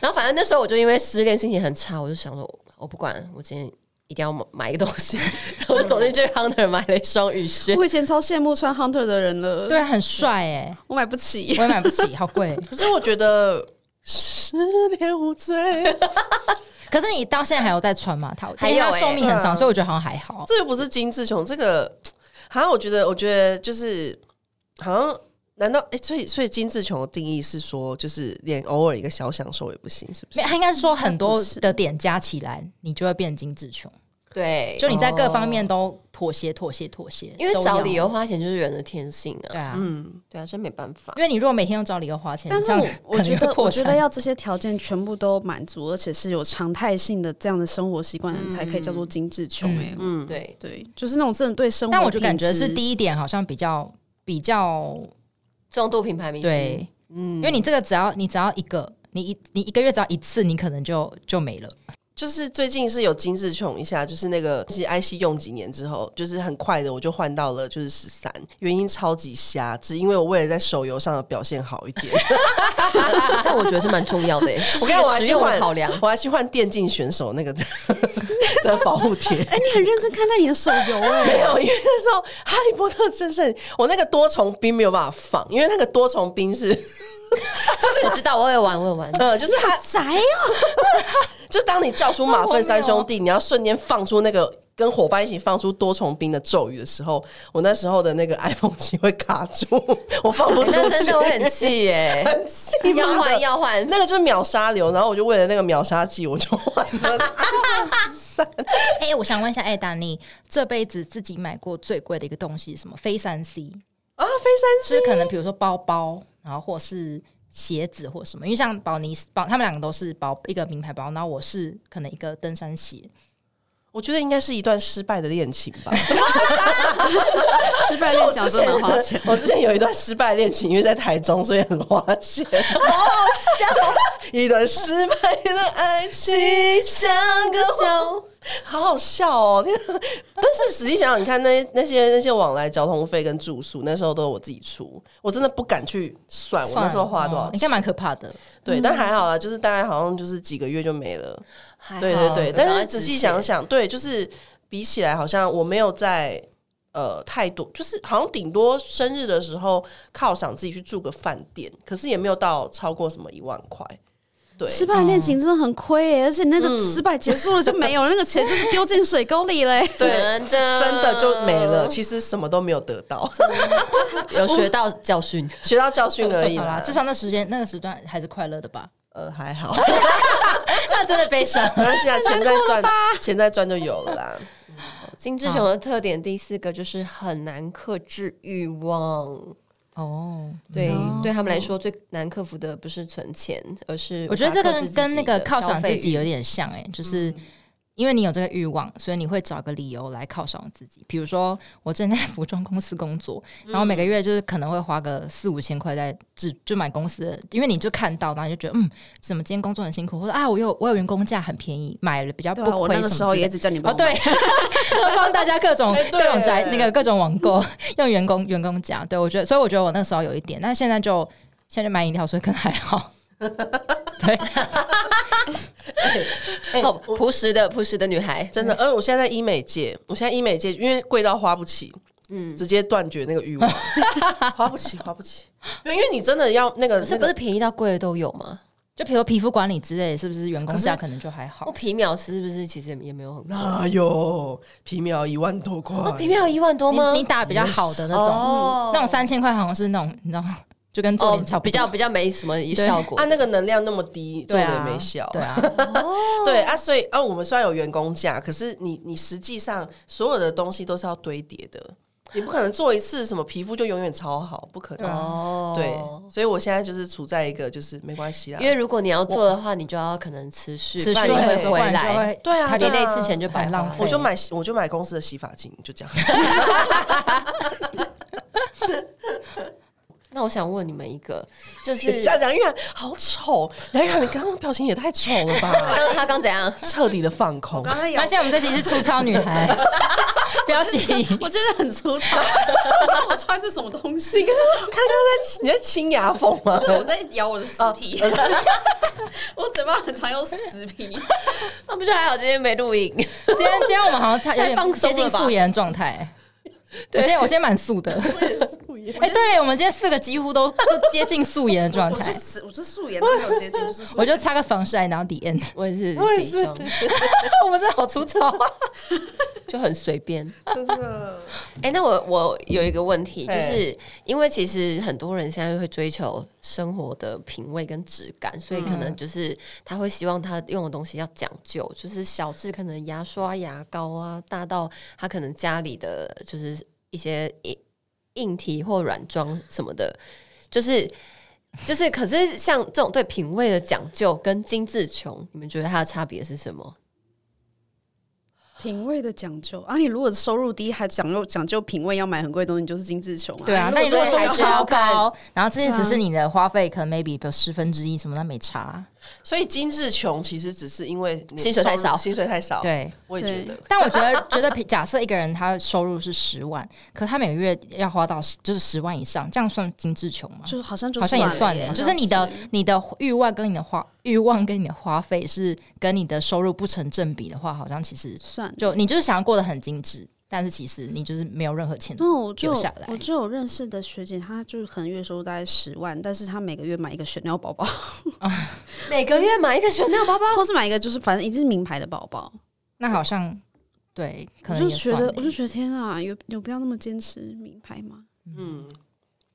[SPEAKER 3] 然后反正那时候我就因为失恋心情很差，我就想说，我不管，我今天一定要买买一个东西。然后我走进去 Hunter 买了一双雨
[SPEAKER 1] <laughs>
[SPEAKER 3] 靴，
[SPEAKER 1] 我以前超羡慕穿 Hunter 的人了，
[SPEAKER 2] 对，很帅哎、
[SPEAKER 1] 我买不起。
[SPEAKER 2] 我也买不起，好贵。
[SPEAKER 4] 可是我觉得失恋无罪，
[SPEAKER 2] 可是你到现在还有在穿吗？它
[SPEAKER 3] 还有
[SPEAKER 2] 因为它
[SPEAKER 3] 欸
[SPEAKER 2] 寿命很长，
[SPEAKER 4] 嗯
[SPEAKER 2] 所以我觉得好像还好。
[SPEAKER 4] 这又不是金志雄，这个好像我觉得，我觉得就是好像。难道哎、所以所以金志雄的定义是说，就是连偶尔一个小享受也不行，是不是
[SPEAKER 2] 没，？他应该是说很
[SPEAKER 1] 它
[SPEAKER 2] 多
[SPEAKER 1] 不是
[SPEAKER 2] 的点加起来，你就会变精致穷。
[SPEAKER 3] 对，
[SPEAKER 2] 就你在各方面都妥协、妥协、妥协，
[SPEAKER 3] 因为
[SPEAKER 2] 都
[SPEAKER 3] 找
[SPEAKER 2] 要
[SPEAKER 3] 理由花钱就是人的天性啊
[SPEAKER 2] 对。啊，
[SPEAKER 4] 嗯，
[SPEAKER 3] 对啊，真没办法。
[SPEAKER 2] 因为你如果每天要找理由花钱，
[SPEAKER 1] <laughs> 但是
[SPEAKER 2] 这样
[SPEAKER 1] 我我
[SPEAKER 2] 可能
[SPEAKER 1] 觉
[SPEAKER 2] 会
[SPEAKER 1] 得，
[SPEAKER 2] 破
[SPEAKER 1] 我觉
[SPEAKER 2] 产
[SPEAKER 1] 得要这些条件全部都满足，而且是有常态性的这样的生活习惯的人，才可以叫做精致穷
[SPEAKER 2] 嗯
[SPEAKER 1] 哎、
[SPEAKER 4] 嗯，
[SPEAKER 3] 对，
[SPEAKER 1] 对，就是那种真的对生活，
[SPEAKER 2] 但我就感觉是，第一点好像比较比较
[SPEAKER 3] 重度品牌明星，
[SPEAKER 2] 对，
[SPEAKER 3] 嗯
[SPEAKER 2] 因为你这个只要你只要一个，你一你一个月只要一次，你可能就就没了。
[SPEAKER 4] 就是最近是有金志琼一下，就是那个其实 IC 用几年之后，就是很快的我就换到了就是十三，原因超级瞎，只因为我为了在手游上的表现好一
[SPEAKER 3] <laughs>
[SPEAKER 4] 点，
[SPEAKER 3] <laughs> 但我觉得是蛮重要的耶，
[SPEAKER 4] 我
[SPEAKER 3] 是一
[SPEAKER 4] 看
[SPEAKER 3] 个
[SPEAKER 4] 我还
[SPEAKER 3] 实
[SPEAKER 4] 去
[SPEAKER 3] 用的
[SPEAKER 4] 换
[SPEAKER 3] 考
[SPEAKER 4] <laughs>
[SPEAKER 3] 量。
[SPEAKER 4] 我还去换电竞选手那
[SPEAKER 3] <laughs>
[SPEAKER 4] 个的的保护贴。
[SPEAKER 1] 哎、你很认真看待你的手游哎、
[SPEAKER 4] <laughs>
[SPEAKER 2] <laughs>
[SPEAKER 4] 没有，因为那时候《哈利波特》真是我那个多重兵没有办法放，因为那个多重兵是。
[SPEAKER 3] 我知道，我也玩，我也 <laughs> 玩
[SPEAKER 4] 呃，就是他
[SPEAKER 1] 宅哦、
[SPEAKER 4] 就当你叫出马粪三兄
[SPEAKER 3] 哦
[SPEAKER 4] 弟，你要瞬间放出那个跟伙伴一起放出多重兵的咒语的时候，我那时候的那个 <laughs> iPhone 机会卡住，我放不出去，
[SPEAKER 3] <laughs> 那真的会很气耶，
[SPEAKER 4] <laughs> 很气
[SPEAKER 3] 要
[SPEAKER 4] 妈
[SPEAKER 3] 换
[SPEAKER 4] 的。
[SPEAKER 3] 要换，
[SPEAKER 4] 那个就是秒杀流，然后我就为了那个秒杀技，我就换
[SPEAKER 3] <laughs>
[SPEAKER 4] 了 iPhone 13
[SPEAKER 2] 哎、我想问一下，哎、丹妮，这辈子自己买过最贵的一个东西是什么？非三 C，
[SPEAKER 4] 啊，飞
[SPEAKER 2] 就是
[SPEAKER 4] 三
[SPEAKER 2] 可能比如说包包，然后或是鞋子或什么，因为像宝尼宝，他们两个都是包一个名牌包，然后我是可能一个登山鞋，
[SPEAKER 4] 我觉得应该是一段失败的恋情
[SPEAKER 3] <laughs>
[SPEAKER 4] 吧。
[SPEAKER 1] 失败恋
[SPEAKER 4] 我
[SPEAKER 1] 想
[SPEAKER 4] 之
[SPEAKER 1] 真
[SPEAKER 4] 前
[SPEAKER 1] 的花钱，
[SPEAKER 4] 我之前有一段失败恋情，因为在台中，所以很花钱。
[SPEAKER 3] <laughs>
[SPEAKER 4] 好笑，一段失败的爱情，像
[SPEAKER 3] 哦
[SPEAKER 4] 个笑，好好笑哦！ <laughs> 天啊但是实际想想，你看那那些那些往来交通费跟住宿，那时候都是我自己出，我真的不敢去算啊我那时候花多少
[SPEAKER 2] 哦应该
[SPEAKER 4] 钱。
[SPEAKER 2] 蛮可怕的。
[SPEAKER 3] 嗯
[SPEAKER 4] 对，但还好啦，啊就是大概好像就是几个月就没了。
[SPEAKER 3] <laughs> 还好
[SPEAKER 4] 对对对，
[SPEAKER 3] 有
[SPEAKER 4] 但
[SPEAKER 3] 找到
[SPEAKER 4] 是仔
[SPEAKER 3] 止
[SPEAKER 4] 细
[SPEAKER 3] 血
[SPEAKER 4] 想想，对，就是比起来，好像我没有在呃太多，就是好像顶多生日的时候犒赏自己去住个饭店，可是也没有到超过什么一万块。对，
[SPEAKER 1] 失败恋情真的很亏
[SPEAKER 2] 嗯
[SPEAKER 1] 哎、而且那个失败结束了就没有了，那个钱就是丢进水沟里嘞、
[SPEAKER 4] 对
[SPEAKER 3] 真的
[SPEAKER 4] 真的就没了，其实什么都没有得到，
[SPEAKER 3] <laughs> 有学到教训，
[SPEAKER 2] <laughs>
[SPEAKER 4] 学到教训而已
[SPEAKER 2] 好啦，
[SPEAKER 4] 啦。
[SPEAKER 2] 至少那时间那个时段还是快乐的吧？
[SPEAKER 4] 呃
[SPEAKER 2] <laughs>
[SPEAKER 4] 还好，
[SPEAKER 2] 那真的悲伤。
[SPEAKER 4] <laughs> 没关系啊，钱在赚，钱在赚就有了啦。
[SPEAKER 3] 金志雄的特点第四个就是很难克制欲望。
[SPEAKER 2] 哦，
[SPEAKER 3] 对，对他们来说最难克服的不是存钱，而是
[SPEAKER 2] 我觉得这
[SPEAKER 3] 无法克
[SPEAKER 2] 个
[SPEAKER 3] 制自己的
[SPEAKER 2] 跟那个犒赏自己有欸
[SPEAKER 3] 消费欲
[SPEAKER 2] 点像哎、就是因为你有这个欲望，所以你会找个理由来犒赏自己。比如说，我正在服装公司工作，然后每个月就是可能会花个四五千块在只就买公司的，因为你就看到，然后你就觉得嗯，怎么今天工作很辛苦，或者啊，我有我有员工价很便宜，买了比较不
[SPEAKER 1] 对
[SPEAKER 2] 亏、
[SPEAKER 1] 啊，我那个时候也一直叫你帮
[SPEAKER 2] 哦，
[SPEAKER 1] 我买
[SPEAKER 2] 对， <laughs> 帮大家各种
[SPEAKER 4] 哎对
[SPEAKER 2] 各种宅那个各种网购 <laughs> 用员工员工讲，对我觉得，所以我觉得我那时候有一点，但现在就现在就买饮料，所以可能还好。
[SPEAKER 3] 好哦朴实的朴实的女孩，
[SPEAKER 4] 真的，而我现在在医美界，我现在医美界因为贵到花不起，嗯，直接断绝那个
[SPEAKER 2] <laughs>
[SPEAKER 4] 欲望，花不起，花不起。因为因为你真的要那个，
[SPEAKER 3] 可
[SPEAKER 4] 那
[SPEAKER 3] 是
[SPEAKER 4] 个
[SPEAKER 3] 不是便宜到贵的都有吗？
[SPEAKER 2] 就比如皮肤管理之类，是不是员工价可能就还
[SPEAKER 3] 我
[SPEAKER 2] 好？
[SPEAKER 3] 哦皮秒是不是其实也没有很贵？
[SPEAKER 4] 哪有哎皮秒一万多块？
[SPEAKER 3] 哦，皮秒一万多
[SPEAKER 2] 你
[SPEAKER 3] 吗？
[SPEAKER 2] 你打比较好的那种，
[SPEAKER 3] 哦
[SPEAKER 2] 那种三千块好像是那种，你知道吗？就跟做
[SPEAKER 3] 哦
[SPEAKER 2] 脸差不多，
[SPEAKER 3] 比较比较没什么效果
[SPEAKER 4] 啊，。那个能量那么低，做
[SPEAKER 2] 对
[SPEAKER 4] 也
[SPEAKER 2] 啊，
[SPEAKER 4] 没效。
[SPEAKER 2] 对啊，
[SPEAKER 4] 对啊，所以啊，我们虽然有员工价，可是你你实际上所有的东西都是要堆叠的，你不可能做一次什么皮肤就永远超好，不可
[SPEAKER 2] 啊
[SPEAKER 4] 能。
[SPEAKER 3] 哦
[SPEAKER 4] 对，所以我现在就是处在一个就是没关系啦，
[SPEAKER 3] 因为如果你要做的话，你就要可能持续，
[SPEAKER 2] 持续
[SPEAKER 3] 不然你
[SPEAKER 2] 会
[SPEAKER 3] 会
[SPEAKER 2] 做，不
[SPEAKER 3] 回
[SPEAKER 2] 然就
[SPEAKER 3] 来。
[SPEAKER 2] 会
[SPEAKER 4] 对啊
[SPEAKER 3] 他
[SPEAKER 4] 对
[SPEAKER 3] 连
[SPEAKER 4] 啊
[SPEAKER 3] 那一次钱就白
[SPEAKER 2] 很浪费
[SPEAKER 4] 我就买我就买公司的洗发精，就这样。
[SPEAKER 3] 那我想问你们一 <laughs> 个，就是
[SPEAKER 4] <laughs> 像梁玉涵好丑，梁玉涵你刚刚表情也太丑了
[SPEAKER 3] <laughs>
[SPEAKER 4] 吧，
[SPEAKER 3] 刚他刚怎样？
[SPEAKER 4] 彻底的放空。 <laughs>
[SPEAKER 1] 刚才有
[SPEAKER 2] 那现在我们这集是粗糙女孩，不要急。
[SPEAKER 1] <laughs> 我觉得很粗
[SPEAKER 2] <laughs>
[SPEAKER 1] 糙，我穿着什么东西？
[SPEAKER 4] 他刚刚在你在清牙缝吗？
[SPEAKER 1] 是我在咬我的
[SPEAKER 2] 哦
[SPEAKER 1] 死皮，
[SPEAKER 2] 呃
[SPEAKER 1] <laughs> 我嘴巴很常用死皮。
[SPEAKER 3] 那啊不就还好，今天没录影。
[SPEAKER 2] 今天今天我们好像差有
[SPEAKER 3] 太放
[SPEAKER 2] 点
[SPEAKER 3] 松
[SPEAKER 2] 接
[SPEAKER 3] 了吧
[SPEAKER 2] 近素颜的状态。我今天我今天蛮素的，哎、对我们今天四个几乎都就接近素颜的
[SPEAKER 1] <laughs>
[SPEAKER 2] 状
[SPEAKER 1] 我
[SPEAKER 2] 态
[SPEAKER 1] 就，死，我就素颜都没有接近，就是素颜
[SPEAKER 2] 我就擦个防晒，然后 the end。
[SPEAKER 3] <laughs> <laughs> <laughs> 我也是，
[SPEAKER 4] 我也是
[SPEAKER 3] 地方
[SPEAKER 2] 我们真的好粗糙啊！
[SPEAKER 3] 就很随便。
[SPEAKER 4] 真的，
[SPEAKER 3] <laughs> 哎、那我我有一个问题，就
[SPEAKER 4] 哎
[SPEAKER 3] 是因为其实很多人现在会追求生活的品味跟质感，所以可
[SPEAKER 4] 嗯
[SPEAKER 3] 能就是他会希望他用的东西要讲究，就是小至可能牙刷、牙膏啊，大到他可能家里的就是一些硬硬体或软装什么的，就是。就是，可是像这种对品味的讲究跟精致穷，你们觉得它的差别是什么？
[SPEAKER 1] 品味的讲究啊！你如果收入低，还讲究讲究品味，要买很贵的东西，你就是精致穷啊。
[SPEAKER 2] 对啊，那你如
[SPEAKER 3] 如
[SPEAKER 2] 果收
[SPEAKER 3] 果说
[SPEAKER 2] 入
[SPEAKER 3] 还是要
[SPEAKER 2] 超
[SPEAKER 3] 看
[SPEAKER 2] 高，然后这些只是你的花费，可能 maybe 有十分之一什么，那没差。啊
[SPEAKER 4] 所以精致穷其实只是因为你
[SPEAKER 3] 薪水太
[SPEAKER 4] 收入
[SPEAKER 3] 少
[SPEAKER 4] 薪水太少。，
[SPEAKER 2] 对，
[SPEAKER 4] 我也觉得。
[SPEAKER 2] 但我觉得，觉得假设一个人他收入是十万，可他每个月要花到十就是十万以上，这样算精致穷吗？
[SPEAKER 1] 就是好像就
[SPEAKER 2] 好像也算
[SPEAKER 1] 了耶
[SPEAKER 2] 了，就是你的你的欲望跟你的花欲望跟你的花费是跟你的收入不成正比的话，好像其实
[SPEAKER 1] 算了。
[SPEAKER 2] 就你就是想要过得很精致，但是其实你就是没有任何钱。
[SPEAKER 1] 那我就
[SPEAKER 2] 留下来
[SPEAKER 1] 我就有认识的学姐，她就是可能月收入大概十万，但是她每个月买一个选料包包， <laughs>
[SPEAKER 3] 每个月买一个熊尿包包，
[SPEAKER 1] 或是买一个就是反正一定是名牌的包包。
[SPEAKER 2] 那好像对，可
[SPEAKER 1] 我
[SPEAKER 2] 能
[SPEAKER 1] 就
[SPEAKER 2] 也
[SPEAKER 1] 觉
[SPEAKER 2] 算欸
[SPEAKER 1] 得
[SPEAKER 2] 了，
[SPEAKER 1] 我就觉得天啊，有有必要那么坚持名牌吗？
[SPEAKER 4] 嗯，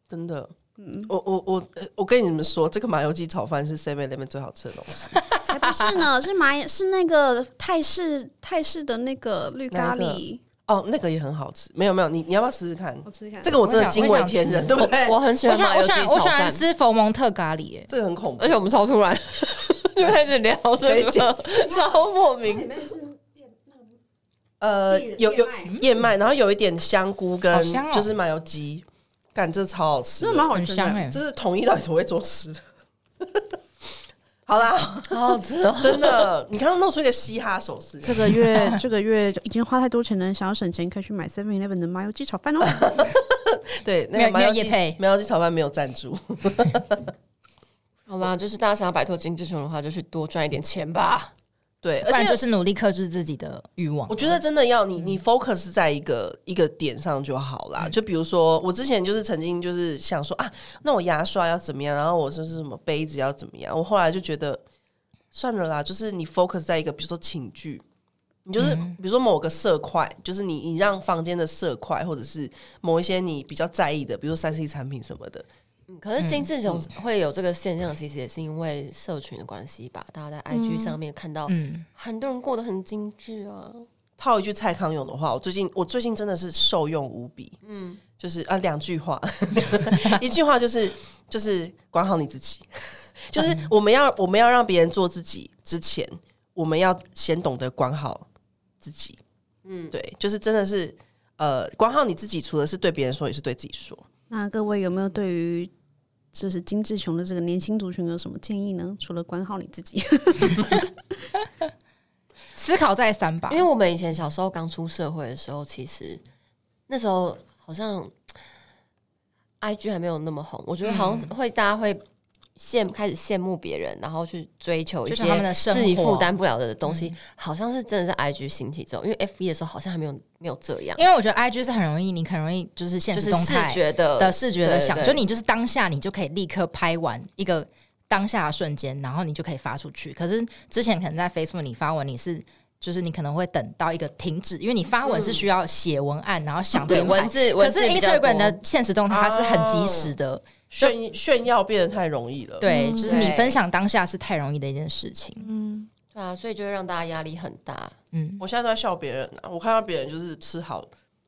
[SPEAKER 4] 真的。
[SPEAKER 2] 嗯
[SPEAKER 4] 我我我呃我跟你们说，这个麻油鸡炒饭是 Seven Eleven 最好吃的东西。
[SPEAKER 1] 才不是呢，是麻是那个泰式泰式的那个绿咖
[SPEAKER 4] 哪
[SPEAKER 1] 喱，
[SPEAKER 4] 哦，那个也很好吃。没有没有，你你要不要试试看？
[SPEAKER 1] 我吃看
[SPEAKER 4] 这个我真的
[SPEAKER 2] 我想
[SPEAKER 4] 惊为天人，对不对？
[SPEAKER 3] 我很喜
[SPEAKER 2] 我
[SPEAKER 3] 欢
[SPEAKER 2] 喜欢
[SPEAKER 3] 麻
[SPEAKER 2] 我
[SPEAKER 3] 油
[SPEAKER 2] 喜
[SPEAKER 3] 鸡
[SPEAKER 2] 欢
[SPEAKER 3] 炒
[SPEAKER 2] 我喜欢
[SPEAKER 3] 饭，
[SPEAKER 2] 吃佛蒙特咖喱、欸，
[SPEAKER 4] 这个很恐怖
[SPEAKER 3] 而。且我们超突然 <laughs> 就开始聊这
[SPEAKER 4] 可以讲
[SPEAKER 3] 个，超莫
[SPEAKER 1] 哎
[SPEAKER 3] 名。
[SPEAKER 4] 呃，有有燕麦，然后有一点香菇
[SPEAKER 2] 好
[SPEAKER 4] 跟
[SPEAKER 2] 香哦
[SPEAKER 4] 就是麻油鸡，干这超好吃
[SPEAKER 1] 真的
[SPEAKER 4] 的。
[SPEAKER 1] 蛮好
[SPEAKER 2] 很
[SPEAKER 1] 吃
[SPEAKER 2] 香
[SPEAKER 1] 的。
[SPEAKER 2] 哎、
[SPEAKER 4] 这是统一到底多会做吃的？ <laughs> 好啦，
[SPEAKER 3] <laughs> 好好吃哦！
[SPEAKER 4] 真的，你刚刚弄出一个嘻哈手势，
[SPEAKER 1] 这个月这个月已经花太多钱了，想要省钱可以去买 Seven Eleven 的麻油鸡炒饭哦。 <laughs>
[SPEAKER 4] 对，那
[SPEAKER 2] 没有
[SPEAKER 4] 个麻油
[SPEAKER 2] 没有
[SPEAKER 4] 鸡
[SPEAKER 2] 业配
[SPEAKER 4] 麻油鸡炒饭没有赞助，
[SPEAKER 3] 好啦，就是大家想要摆脱精致穷的话，就去多赚一点钱吧。
[SPEAKER 4] 对，
[SPEAKER 2] 不
[SPEAKER 4] 而
[SPEAKER 2] 然
[SPEAKER 4] 且
[SPEAKER 2] 就是努力克制自己的欲望
[SPEAKER 4] 我。觉得真的要你，你 focus 在一个一个点上就好啦。就比如说，我之前就是曾经就是想说啊，那我牙刷要怎么样，然后我说是什么杯子要怎么样，我后来就觉得算了啦，就是你 focus 在一个，比如说寝具，你就是、比如说某个色块，就是你你让房间的色块，或者是某一些你比较在意的，比如说三 C 产品什么的，
[SPEAKER 3] 嗯可是精致穷会有这个现象，其实也是因为社群的关系吧。大家在 IG 上面看到
[SPEAKER 2] 嗯，
[SPEAKER 3] 很多人过得很精致啊，
[SPEAKER 4] 套一句蔡康永的话，我最近我最近真的是受用无比。嗯，就是啊，两句话， <laughs> 一句话就是就是管好你自己，就是我们要我们要让别人做自己之前，我们要先懂得管好自己。
[SPEAKER 3] 嗯，
[SPEAKER 4] 对，就是真的是呃，管好你自己，除了是对别人说，也是对自己说。
[SPEAKER 1] 那各位有没有对于就是金志雄的这个年轻族群有什么建议呢？除了管好你自己，
[SPEAKER 2] 思考再三吧
[SPEAKER 3] 因。为我们以前小时候刚出社会的时候，其实那时候好像 I G 还没有那么红，我觉得好
[SPEAKER 2] 嗯
[SPEAKER 3] 像会、大家会羡开始羡慕别人，然后去追求一
[SPEAKER 2] 就是
[SPEAKER 3] 些
[SPEAKER 2] 他们的生活嗯
[SPEAKER 3] 自己负担不了的东西，好像是真的是 I G 兴起之后，因为 F B 的时候好像还没有没有这样，
[SPEAKER 2] 因为我觉得 IG 是很容易，你很容易就是现
[SPEAKER 3] 就
[SPEAKER 2] 实
[SPEAKER 3] 是
[SPEAKER 2] 动
[SPEAKER 3] 视
[SPEAKER 2] 态
[SPEAKER 3] 觉的
[SPEAKER 2] 的视觉的
[SPEAKER 3] 对
[SPEAKER 2] 想，
[SPEAKER 3] 对
[SPEAKER 2] 就你就是当下你就可以立刻拍完一个当下的瞬间，然后你就可以发出去。可是之前可能在 Facebook 你发文，你是就是你可能会等到一个停止，因为你发文是需要写文案，然后想
[SPEAKER 3] 对
[SPEAKER 2] 编排
[SPEAKER 3] 文字，
[SPEAKER 2] 可
[SPEAKER 3] 文
[SPEAKER 2] 是
[SPEAKER 3] 字比较多
[SPEAKER 2] Instagram 的现实动态它是很及时的，
[SPEAKER 4] 炫炫耀变得太容易了，，
[SPEAKER 2] 对，就是你
[SPEAKER 3] 哦对
[SPEAKER 2] 分享当下是太容易的一件事情。
[SPEAKER 1] 嗯，
[SPEAKER 3] 对啊，所以就会让大家压力很大。
[SPEAKER 2] 嗯，
[SPEAKER 4] 我现在都在笑别人啊！我看到别人就是吃好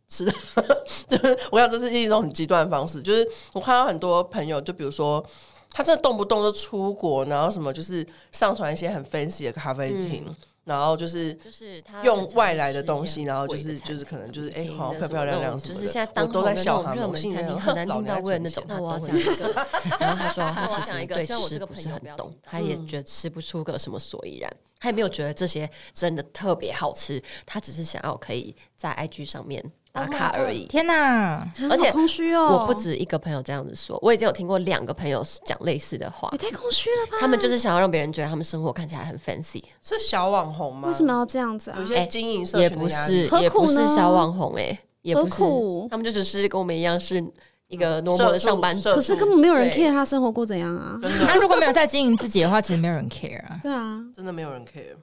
[SPEAKER 4] 吃的， <laughs> 就是我想这是一种很极端的方式。就是我看到很多朋友，就比如说他真的动不动就出国，然后什么就是上传一些很 fancy 的咖啡厅，
[SPEAKER 3] 嗯
[SPEAKER 4] 然后就是。
[SPEAKER 3] 就是他
[SPEAKER 4] 用外来的东西，然后就
[SPEAKER 3] 贵的
[SPEAKER 4] 是
[SPEAKER 3] 餐
[SPEAKER 4] 就是可能就是
[SPEAKER 3] 餐
[SPEAKER 4] 哎，
[SPEAKER 3] 厅
[SPEAKER 4] 好
[SPEAKER 3] 的
[SPEAKER 4] 像漂
[SPEAKER 3] 什么
[SPEAKER 4] 漂亮
[SPEAKER 3] 那
[SPEAKER 4] 亮
[SPEAKER 3] 种
[SPEAKER 4] 什
[SPEAKER 3] 就
[SPEAKER 4] 么
[SPEAKER 3] 是
[SPEAKER 4] 的
[SPEAKER 3] 现在当
[SPEAKER 4] 我都
[SPEAKER 3] 红
[SPEAKER 4] 在
[SPEAKER 3] 的那
[SPEAKER 4] 笑
[SPEAKER 3] 种
[SPEAKER 4] 他们，
[SPEAKER 3] 热
[SPEAKER 4] 我
[SPEAKER 3] 门
[SPEAKER 4] 心里
[SPEAKER 3] 餐厅
[SPEAKER 4] 想
[SPEAKER 3] 很难
[SPEAKER 4] 老
[SPEAKER 3] 听
[SPEAKER 4] 娘
[SPEAKER 3] 到为了那
[SPEAKER 4] 存钱
[SPEAKER 3] 种，
[SPEAKER 4] 他
[SPEAKER 3] 那我要
[SPEAKER 4] 都会
[SPEAKER 3] 讲一
[SPEAKER 4] <laughs> 这样
[SPEAKER 3] 个，然后他 <laughs> 说他我其讲实一个对虽然我吃这个不朋是友很不要嗯懂懂，他也觉得吃不出个什么所以然，他也没有觉得这些真的特别好吃，他只是想要可以在 IG 上面打卡而已。
[SPEAKER 2] 天哪，
[SPEAKER 3] 而且
[SPEAKER 1] 好空虚哦，
[SPEAKER 3] 我不止一个朋友这样子说，我已经有听过两个朋友讲类似的话
[SPEAKER 1] 也，太空虚了吧？
[SPEAKER 3] 他们就是想要让别人觉得他们生活看起来很 fancy，
[SPEAKER 4] 是小网红吗？
[SPEAKER 1] 为什么要这样子啊
[SPEAKER 4] 有？
[SPEAKER 3] 哎
[SPEAKER 4] 些经营社
[SPEAKER 3] 也
[SPEAKER 4] 群
[SPEAKER 3] 不
[SPEAKER 4] 的
[SPEAKER 3] <laughs>
[SPEAKER 4] 压
[SPEAKER 3] 是
[SPEAKER 4] 力
[SPEAKER 1] 何
[SPEAKER 3] 也不
[SPEAKER 1] 苦
[SPEAKER 3] 是
[SPEAKER 1] 呢
[SPEAKER 3] 小网红哎，也
[SPEAKER 1] 何
[SPEAKER 3] 不是，
[SPEAKER 1] 苦？
[SPEAKER 3] 他们就只是跟我们一样是一个
[SPEAKER 4] 哦嗯社
[SPEAKER 3] normal 的
[SPEAKER 4] 畜
[SPEAKER 3] 上班族
[SPEAKER 4] 社
[SPEAKER 1] 可是
[SPEAKER 4] 畜
[SPEAKER 1] 根本没有人
[SPEAKER 3] 对
[SPEAKER 1] care 他生活过怎样啊？
[SPEAKER 4] 真
[SPEAKER 2] <laughs> 他
[SPEAKER 4] 的
[SPEAKER 2] 如果没有在经营自己的话，其实没有人 care 啊。
[SPEAKER 1] 对啊，
[SPEAKER 4] 真的没有人 care。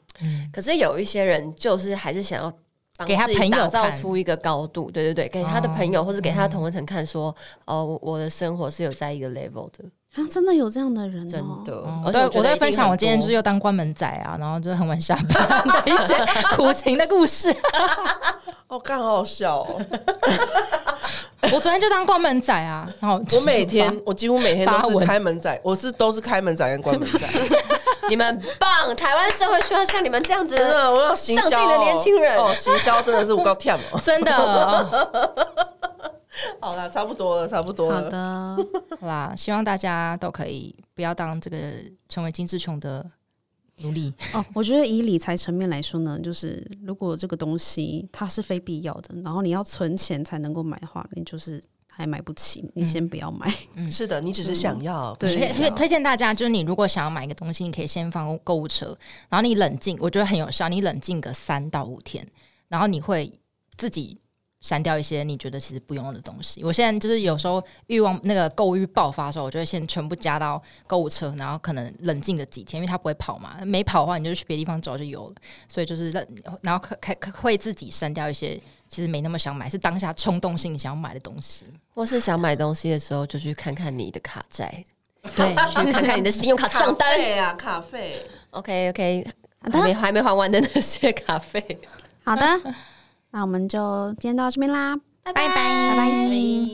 [SPEAKER 3] 可是有一些人就是还是想要帮
[SPEAKER 2] 给他
[SPEAKER 3] 自己
[SPEAKER 2] 朋友
[SPEAKER 3] 打造
[SPEAKER 2] 看
[SPEAKER 3] 出一个高度，对对对，给他的朋友或者给他的同温层看说，哦，我我的生活是有在一个 level 的，
[SPEAKER 1] 啊，真的有这样的人
[SPEAKER 3] 真
[SPEAKER 1] 哦。
[SPEAKER 3] 的。
[SPEAKER 2] 我
[SPEAKER 3] 而且
[SPEAKER 2] 都
[SPEAKER 3] 觉得
[SPEAKER 2] 嗯我都
[SPEAKER 3] 一
[SPEAKER 2] 会
[SPEAKER 3] 定
[SPEAKER 2] 分享
[SPEAKER 3] 很
[SPEAKER 2] 我今天
[SPEAKER 3] 多
[SPEAKER 2] 就是又当关门仔啊，然后就是很晚下班 <laughs> 的一些苦情的故
[SPEAKER 3] <laughs>
[SPEAKER 2] 事。
[SPEAKER 4] 哦，干好好笑哦！
[SPEAKER 2] 我昨天就当关门仔啊，然后
[SPEAKER 3] <laughs>
[SPEAKER 4] 我每天，我几乎每天
[SPEAKER 2] 发
[SPEAKER 4] 都
[SPEAKER 2] 文
[SPEAKER 4] 是开门仔，我是都是开门仔跟关门
[SPEAKER 3] <laughs>
[SPEAKER 4] 仔，
[SPEAKER 3] 你们棒，台湾社会需要像你们这样子
[SPEAKER 4] 真
[SPEAKER 3] 的。
[SPEAKER 4] 的，我要行销哦
[SPEAKER 3] 上进的年轻人
[SPEAKER 4] 哦，行销真的是我够跳
[SPEAKER 2] 真的
[SPEAKER 3] <laughs>
[SPEAKER 2] 哦
[SPEAKER 4] 好啦，差不多了，差不多
[SPEAKER 1] 好
[SPEAKER 4] 了。
[SPEAKER 1] 的，
[SPEAKER 2] 好啦，希望大家都可以不要当这个成为金志琼的奴隶。
[SPEAKER 1] 哦，我觉得以理财层面来说呢，就是如果这个东西它是非必要的，然后你要存钱才能够买的话，你就是还买不起，你先
[SPEAKER 3] 嗯
[SPEAKER 1] 不要买。
[SPEAKER 4] 是的，你只是想要，
[SPEAKER 1] 对
[SPEAKER 4] 不
[SPEAKER 2] 推
[SPEAKER 4] 是
[SPEAKER 2] 推推荐大家，就是你如果想要买一个东西，你可以先放购物车，然后你冷静，我觉得很有效。你冷静个三到五天，然后你会自己删掉一些你觉得其实不用的东西。我现在就是有时候欲望那个购物欲爆发的时候，我就会先全部加到购物车，然后可能冷静个几天，因为它不会跑嘛，没跑的话你就去别地方找就有了。所以就是让，然后可可可会自己删掉一些其实没那么想买，是当下冲动性想买的东西。
[SPEAKER 3] 或是想买东西的时候，就去看看你的卡 <laughs> 债，
[SPEAKER 4] <laughs>
[SPEAKER 2] 对，
[SPEAKER 3] 去看看你的信用卡
[SPEAKER 4] 卡
[SPEAKER 3] 账单。
[SPEAKER 4] 费啊，卡费。
[SPEAKER 3] OK OK，
[SPEAKER 1] 好
[SPEAKER 3] 还没嗯
[SPEAKER 1] 的，
[SPEAKER 3] 还没还完的那些卡费。
[SPEAKER 1] 好的，那我们就今天到这边啦，
[SPEAKER 2] 拜拜
[SPEAKER 1] 拜拜。